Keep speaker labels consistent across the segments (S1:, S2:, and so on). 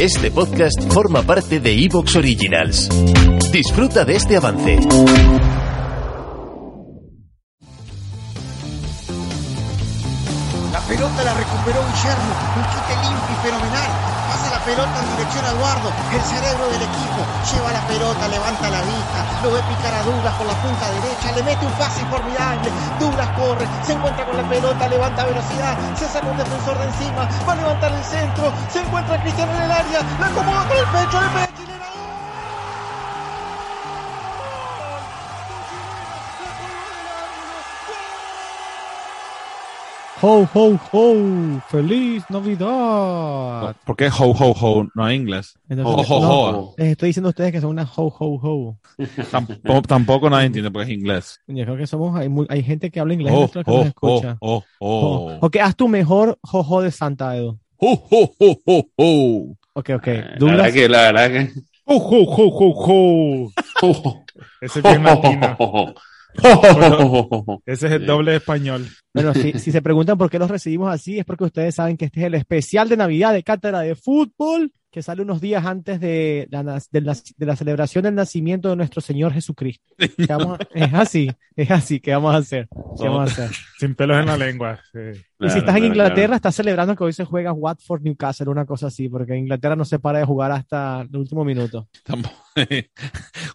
S1: Este podcast forma parte de Evox Originals. Disfruta de este avance.
S2: La pelota la recuperó Guillermo. Un chute limpio y fenomenal. Pasa la pelota en dirección a Eduardo, el cerebro del equipo. Lleva la pelota, levanta la vista. Lo ve picar a Douglas con la punta derecha. Le mete un pase formidable. Douglas corre, se encuentra con la pelota, levanta velocidad. Se saca un defensor de encima. Va a levantar el centro. Se encuentra Cristiano en el área. La acomoda con el pecho. El pecho. y le da gol.
S3: Ho, ho, ho, feliz Navidad.
S4: ¿Por qué ho, ho, ho? No en inglés. Ho,
S3: Entonces,
S4: ho,
S3: no,
S4: ho. ah.
S3: Les estoy diciendo a ustedes que son una ho, ho, ho.
S4: Tampoco, tampoco nadie entiende porque es inglés.
S3: Yo creo que somos, hay, mu- hay gente que habla inglés en
S4: Ho,
S3: nuestra que nos
S4: ho, ho,
S3: escucha.
S4: ho,
S3: Ho.
S4: ho.
S3: Ok, haz tu mejor ho, ho de Santa Edo.
S4: Ho, ho, ho, ho, ho.
S3: Ok, ok.
S5: Eh, La
S3: Douglas,
S5: verdad que, la verdad que.
S6: ¡Ho, ho, ho, ho, ho! Ese es bien latino. Ese es el doble de español.
S3: bueno, si, si se preguntan por qué los recibimos así, es porque ustedes saben que este es el especial de Navidad de Cátedra de Fútbol, que sale unos días antes de la, nas- del nas- de la celebración del nacimiento de nuestro Señor Jesucristo. Que vamos a- es así, es así, ¿qué vamos a hacer? ¿Qué vamos a hacer?
S6: Sin pelos en la lengua. sí.
S3: Y si estás en Inglaterra, estás celebrando que hoy se juega Watford Newcastle, una cosa así, porque Inglaterra no se para de jugar hasta el último minuto.
S4: Tampoco-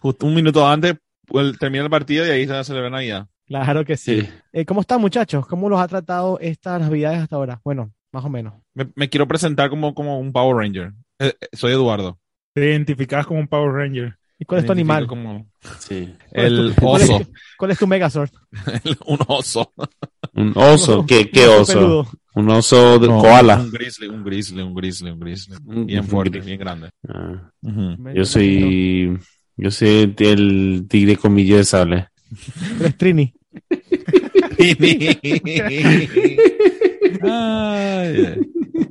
S4: Justo un minuto antes el- termina el partido y ahí se va a celebrar Navidad.
S3: Claro que sí.
S5: Sí.
S3: Eh, ¿Cómo están, muchachos? ¿Cómo los ha tratado estas navidades hasta ahora? Bueno, más o menos.
S4: Me, me quiero presentar como, como un Power Ranger. Eh, eh, soy Eduardo.
S6: Te identificas como un Power Ranger.
S3: ¿Y cuál es tu
S4: Me
S3: animal?
S4: identifico como
S5: sí.
S4: el
S3: ¿Cuál es,
S4: oso.
S3: tu- cuál es tu Megazord?
S4: El- un oso.
S5: Un oso. ¿Qué, qué
S3: Un
S5: oso?
S3: peludo.
S5: Un oso de
S4: No,
S5: koala.
S4: Un grizzly, un grizzly, un grizzly, un grizzly.
S5: Un-
S4: Bien
S5: un
S4: fuerte,
S5: grizzly.
S4: bien grande.
S5: Ah,
S4: Ujú.
S5: yo soy. Yo soy el tigre con millo de sable.
S3: Tú eres Trini.
S4: Ay.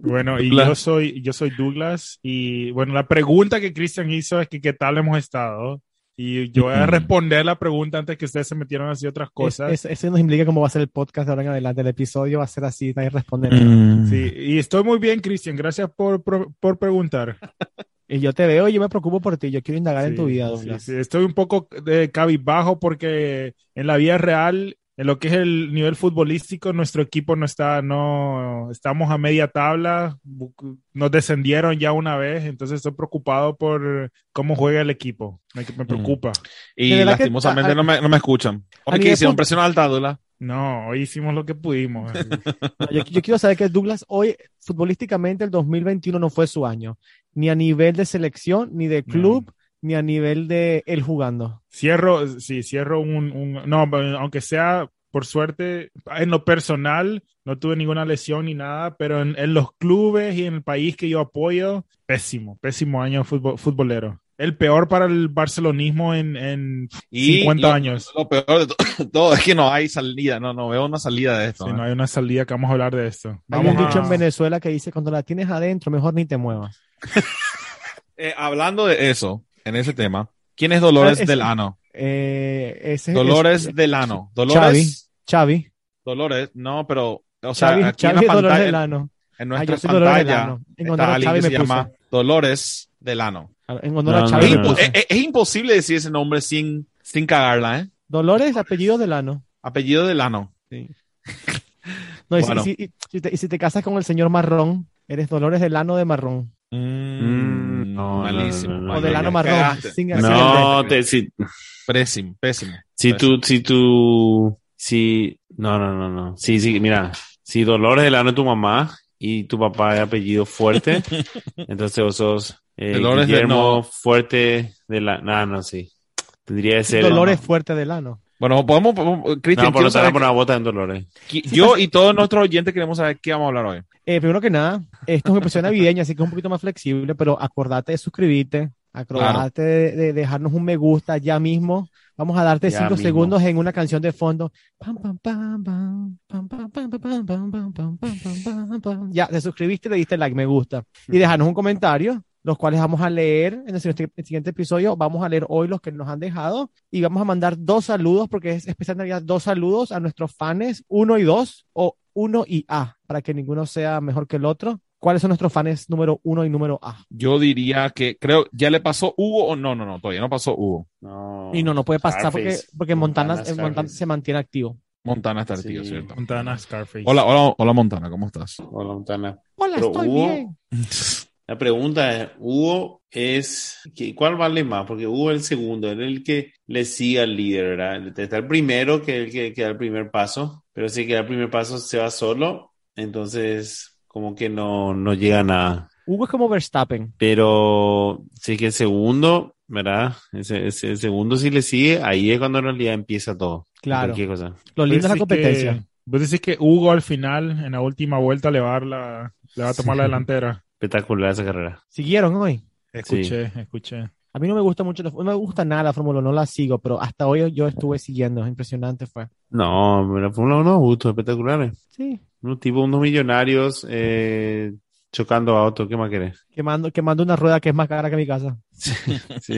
S6: Bueno, y
S4: Douglas.
S6: yo soy, yo soy Douglas. Y bueno, la pregunta que Christian hizo es que qué tal hemos estado. Y yo voy a
S4: Ujú.
S6: responder la pregunta antes que ustedes se metieran así otras cosas.
S3: Es- es- eso nos implica cómo va a ser el podcast de ahora en adelante. El episodio va a ser así, nadie responde.
S4: Mm.
S3: nada. Mm.
S6: Sí, y estoy muy bien, Christian. Gracias por, por, por preguntar.
S3: Y yo te veo y yo me preocupo por ti. Yo quiero indagar en
S6: Sí,
S3: tu vida,
S6: sí,
S3: Douglas.
S6: sí. Estoy un poco de cabizbajo porque en la vida real, en lo que es el nivel futbolístico, nuestro equipo no está, no estamos a media tabla, bu- nos descendieron ya una vez, entonces estoy preocupado por cómo juega el equipo. Me,
S3: Mm.
S6: me preocupa.
S3: De
S4: Y
S3: verdad que-
S4: lastimosamente
S3: a- a-
S4: no, me, no me
S3: a
S4: escuchan. Oye,
S3: nivel
S4: que hicieron
S3: fut-
S4: presión alta, Dula.
S6: No, hoy hicimos lo que pudimos.
S3: No, Yo, yo quiero saber que Douglas hoy, futbolísticamente, el 2021 no fue su año, ni a nivel de selección, ni de
S6: No.
S3: club, ni a nivel de él jugando.
S6: Cierro, sí, cierro un, un- no, aunque sea por suerte, en lo personal no tuve ninguna lesión ni nada, pero en, en los clubes y en el país que yo apoyo, pésimo, pésimo año futbo- futbolero. El peor para el barcelonismo en, en
S4: Y
S6: 50
S4: lo-
S6: años.
S4: Lo peor de to- todo es que no hay salida. No, no veo una salida de esto.
S6: Si
S4: ¿eh?
S6: no hay una salida que vamos a hablar de esto.
S3: Hay un
S6: Vamos
S3: dicho
S6: a-
S3: en Venezuela que dice, cuando la tienes adentro, mejor ni te muevas.
S4: Eh, hablando de eso, en ese tema, ¿quién es Dolores
S3: Ah, es-
S4: del Ano?
S3: Eh, ese,
S4: Dolores
S3: es-
S4: del Ano. Dolores.
S3: Xavi.
S4: Dolores, no, pero, o sea,
S3: Xavi,
S4: aquí
S3: Xavi
S4: en
S3: es
S4: la
S3: Dolores
S4: pantalla,
S3: Delano.
S4: en
S3: Ah,
S4: nuestra
S3: yo soy Dolores
S4: pantalla,
S3: Delano. En honor
S4: está
S3: a
S4: alguien
S3: Xavi
S4: que
S3: me
S4: se
S3: puse.
S4: llama Dolores del Ano.
S3: Claro, En honor a
S5: No,
S3: Xavi
S5: no,
S3: me
S5: no.
S4: Es,
S3: puse.
S4: eh, es- es imposible decir ese nombre sin, sin cagarla, ¿eh?
S3: Dolores, apellido Delano.
S4: Apellido del Ano.
S3: No, y, si-
S4: Bueno.
S3: y si, y- si te, y si te casas con el señor Marrón, eres Dolores Delano de Marrón.
S4: Mm,
S5: no, no,
S4: malísimo.
S5: no, no,
S4: malísimo.
S5: no,
S3: O Delano
S5: ya
S3: Marrón.
S4: Cagaste.
S3: sin- sin el
S5: No, te, si,
S4: Pésimo, pésimo.
S5: si
S3: Pues
S5: tú, si tú, si, no, no, no, no. Sí, sí, mira, si Dolores del ano es tu mamá y tu papá es apellido fuerte, entonces vos sos eh,
S4: Dolores del-
S5: Guillermo
S4: no.
S5: Fuerte de la, no, no, sí. Tendría que ser.
S3: D. Dolores fuerte Delano.
S4: Bueno, podemos, podemos- Cristian, quiero
S5: No, por no te van a
S4: saber-
S5: poner a votar en Dolores.
S4: qui- yo y todos nuestros oyentes queremos saber qué vamos a hablar hoy.
S3: Eh, primero que nada, esto es una impresión navideña, así que es un poquito más flexible, pero acordate de suscribirte, acordate de, de dejarnos un me gusta ya mismo. Vamos a darte
S5: Ya
S3: cinco
S5: mismo.
S3: segundos en una canción de fondo. Pam, pam, pam, pam, pam, pam, pam, pam, pam, pam, pam, pam, pam, pam, pam, pam. Ya, te suscribiste, le diste like, me gusta. Y dejarnos un comentario, los cuales vamos a leer en el siguiente, el siguiente episodio. Vamos a leer hoy los que nos han dejado y vamos a mandar dos saludos, porque es especial Navidad, dos saludos a nuestros fans, uno y dos, o uno y A, para que ninguno sea mejor que el otro. ¿Cuáles son nuestros fans número uno y número A?
S4: Yo diría que, creo, ¿ya le pasó Hugo o no? No, no, todavía no pasó Hugo.
S5: No.
S3: Y no, no puede pasar porque,
S5: Scarface.
S3: porque Montana,
S5: Montana,
S3: eh, Montana
S5: Scarface.
S3: se mantiene activo.
S4: Montana está el tío,
S5: Sí.
S4: ¿cierto?
S6: Montana Scarface.
S4: Hola, hola, hola Montana, ¿cómo estás?
S5: Hola, Montana.
S3: Hola,
S5: Pero
S3: estoy
S5: Hugo-
S3: bien.
S5: La pregunta es, Hugo es, ¿qué- ¿cuál vale más? Porque Hugo es el segundo, él es el que le sigue al líder, ¿verdad? Está el primero, que es el que, que da el primer paso, pero si el que da el primer paso se va solo, entonces como que no, no llega a nada.
S3: Hugo es como Verstappen.
S5: Pero sí que el segundo, ¿verdad? Ese, ese- el segundo si le sigue, ahí es cuando en realidad empieza todo.
S3: Claro.
S5: Cualquier cosa.
S3: Lo lindo es la
S6: Vos decís
S3: competencia.
S6: que- Vos decís que Hugo al final, en la última vuelta, le va a, dar la- le va a tomar la delantera.
S5: Espectacular esa carrera.
S3: ¿Siguieron hoy?
S6: Escuché, escuché.
S3: A mí no me gusta mucho, la- no me gusta nada la Fórmula 1, no la sigo, pero hasta hoy yo estuve siguiendo, es impresionante fue.
S5: No, la Fórmula 1 gustos espectaculares.
S3: Sí,
S5: Unos tipo, unos millonarios eh, chocando a otro, ¿qué más querés?
S3: quemando, quemando una rueda que es más cara que mi casa.
S5: Sí,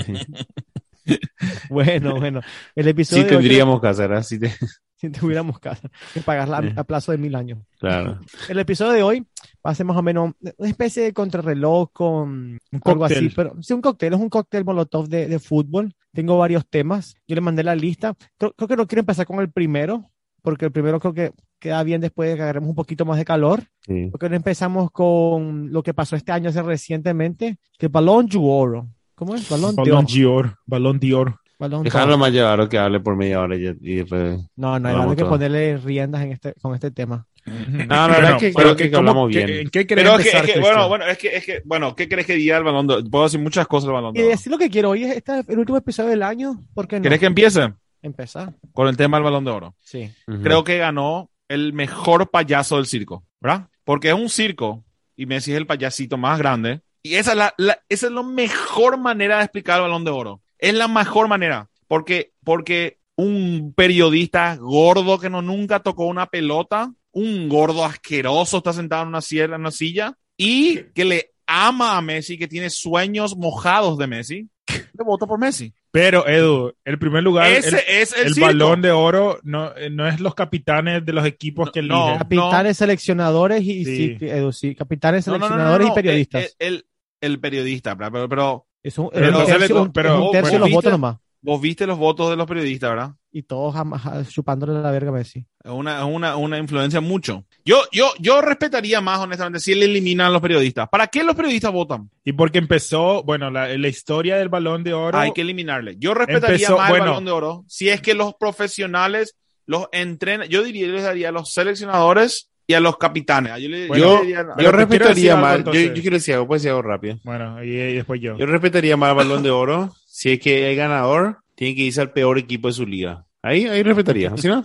S3: Bueno, bueno, el
S5: sí
S3: episodio de hoy
S5: tendríamos que hacer así. de-
S3: creo- si tuviéramos casa, que pagarla a- a plazo de mil años.
S5: Claro.
S3: El episodio de hoy va a ser más o menos una especie de contrarreloj con
S6: Un
S3: algo así,
S6: cóctel.
S3: pero sí, un cóctel, es un cóctel molotov de, de fútbol. Tengo varios temas, yo le mandé la lista. Creo, creo que no quiero empezar con el primero, porque el primero creo que queda bien después de que agarremos un poquito más de calor.
S5: Sí.
S3: Porque ahora empezamos con lo que pasó este año hace recientemente, que Balón de Oro. ¿Cómo es? Balón de
S6: Balón
S3: Oro.
S6: Dior. Balón Dior.
S3: Balón de
S5: Dejarlo
S3: Oro.
S5: más llevar que hable por media hora y, y después.
S3: No, no, Iván,
S5: Vamos
S3: hay que
S5: todo.
S3: ponerle riendas en este, con este tema.
S6: No,
S5: la verdad es que creo que hablamos bien.
S6: ¿En qué querés
S4: Pero es que,
S6: empezar,
S4: es que,
S6: Cristian?
S4: bueno, bueno, es que, es que, bueno, ¿qué crees que diga el balón de oro? Puedo decir muchas cosas del balón
S3: Y
S4: de oro.
S3: decir lo que quiero hoy es este, el último episodio del año, ¿por qué no?
S4: ¿Querés que em- empiece
S3: Empezar.
S4: con el tema del balón de oro?
S3: Sí.
S4: creo que ganó el mejor payaso del circo, ¿verdad? Porque es un circo y Messi es el payasito más grande. Y esa es la, la- esa es la mejor manera de explicar el balón de oro. Es la mejor manera. Porque, porque un periodista gordo que no nunca tocó una pelota, un gordo asqueroso está sentado en una, sierra, en una silla y que le ama a Messi, que tiene sueños mojados de Messi, le voto por Messi.
S6: Pero, Edu, el primer lugar, el-
S4: Ese es el,
S6: el,
S4: circo.
S6: balón de oro no, eh, no es los capitanes de los equipos que
S4: No,
S6: eligen.
S3: Capitanes, seleccionadores y sí.
S6: Sí.
S3: Edu, sí, capitanes,
S4: No, no, no, no,
S3: seleccionadores
S4: no,
S3: y periodistas.
S4: El, el- el periodista, ¿verdad? Pero, pero
S3: es un,
S6: pero
S3: es un
S4: entonces
S3: tercio,
S4: le-
S3: un-
S6: pero
S3: es un
S6: vos-
S3: tercio de
S4: vos
S3: los votos
S4: viste-
S3: nomás.
S4: vos viste los votos de los periodistas, ¿verdad?
S3: Y todos jamás- chupándole la verga a Messi.
S4: Es una, es una, una influencia mucho. Yo, yo, yo respetaría más, honestamente, si le eliminan a los periodistas. ¿Para qué los periodistas votan?
S6: Y porque empezó, bueno, la, la historia del balón de oro.
S4: Hay que eliminarle. Yo respetaría
S6: Empezó-
S4: más
S6: bueno.
S4: el balón de oro si es que los profesionales los entrenan. Yo diría, yo les daría a los seleccionadores y a los capitanes. Ah, Yo, le-
S6: Bueno,
S4: yo
S5: yo,
S4: le diría-
S5: yo
S6: te quiero decir
S5: respetaría
S6: algo,
S5: más. Yo,
S6: entonces.
S5: yo quiero decir algo, puede decir algo rápido.
S6: Bueno, y, y después yo.
S5: Yo respetaría más el balón de oro. Si es que el ganador tiene que irse al peor equipo de su liga. Ahí, ahí respetaría. Si no,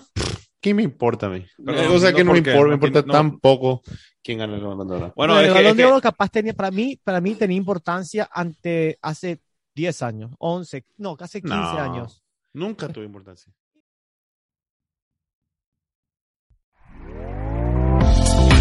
S5: ¿qué me importa a mí?
S4: Pero
S5: Eh, o sea,
S4: no
S5: que no me
S4: por qué,
S5: importa,
S4: no
S5: me importa
S4: tiene- no.
S5: tan poco quién gana el balón de oro.
S4: bueno,
S3: No,
S4: es
S3: el
S4: que-
S3: balón
S4: es
S3: de
S4: que-
S3: oro capaz tenía, para mí, para mí tenía importancia ante hace 10 años, 11, no, casi 15
S5: No.
S3: años.
S5: Nunca tuvo importancia.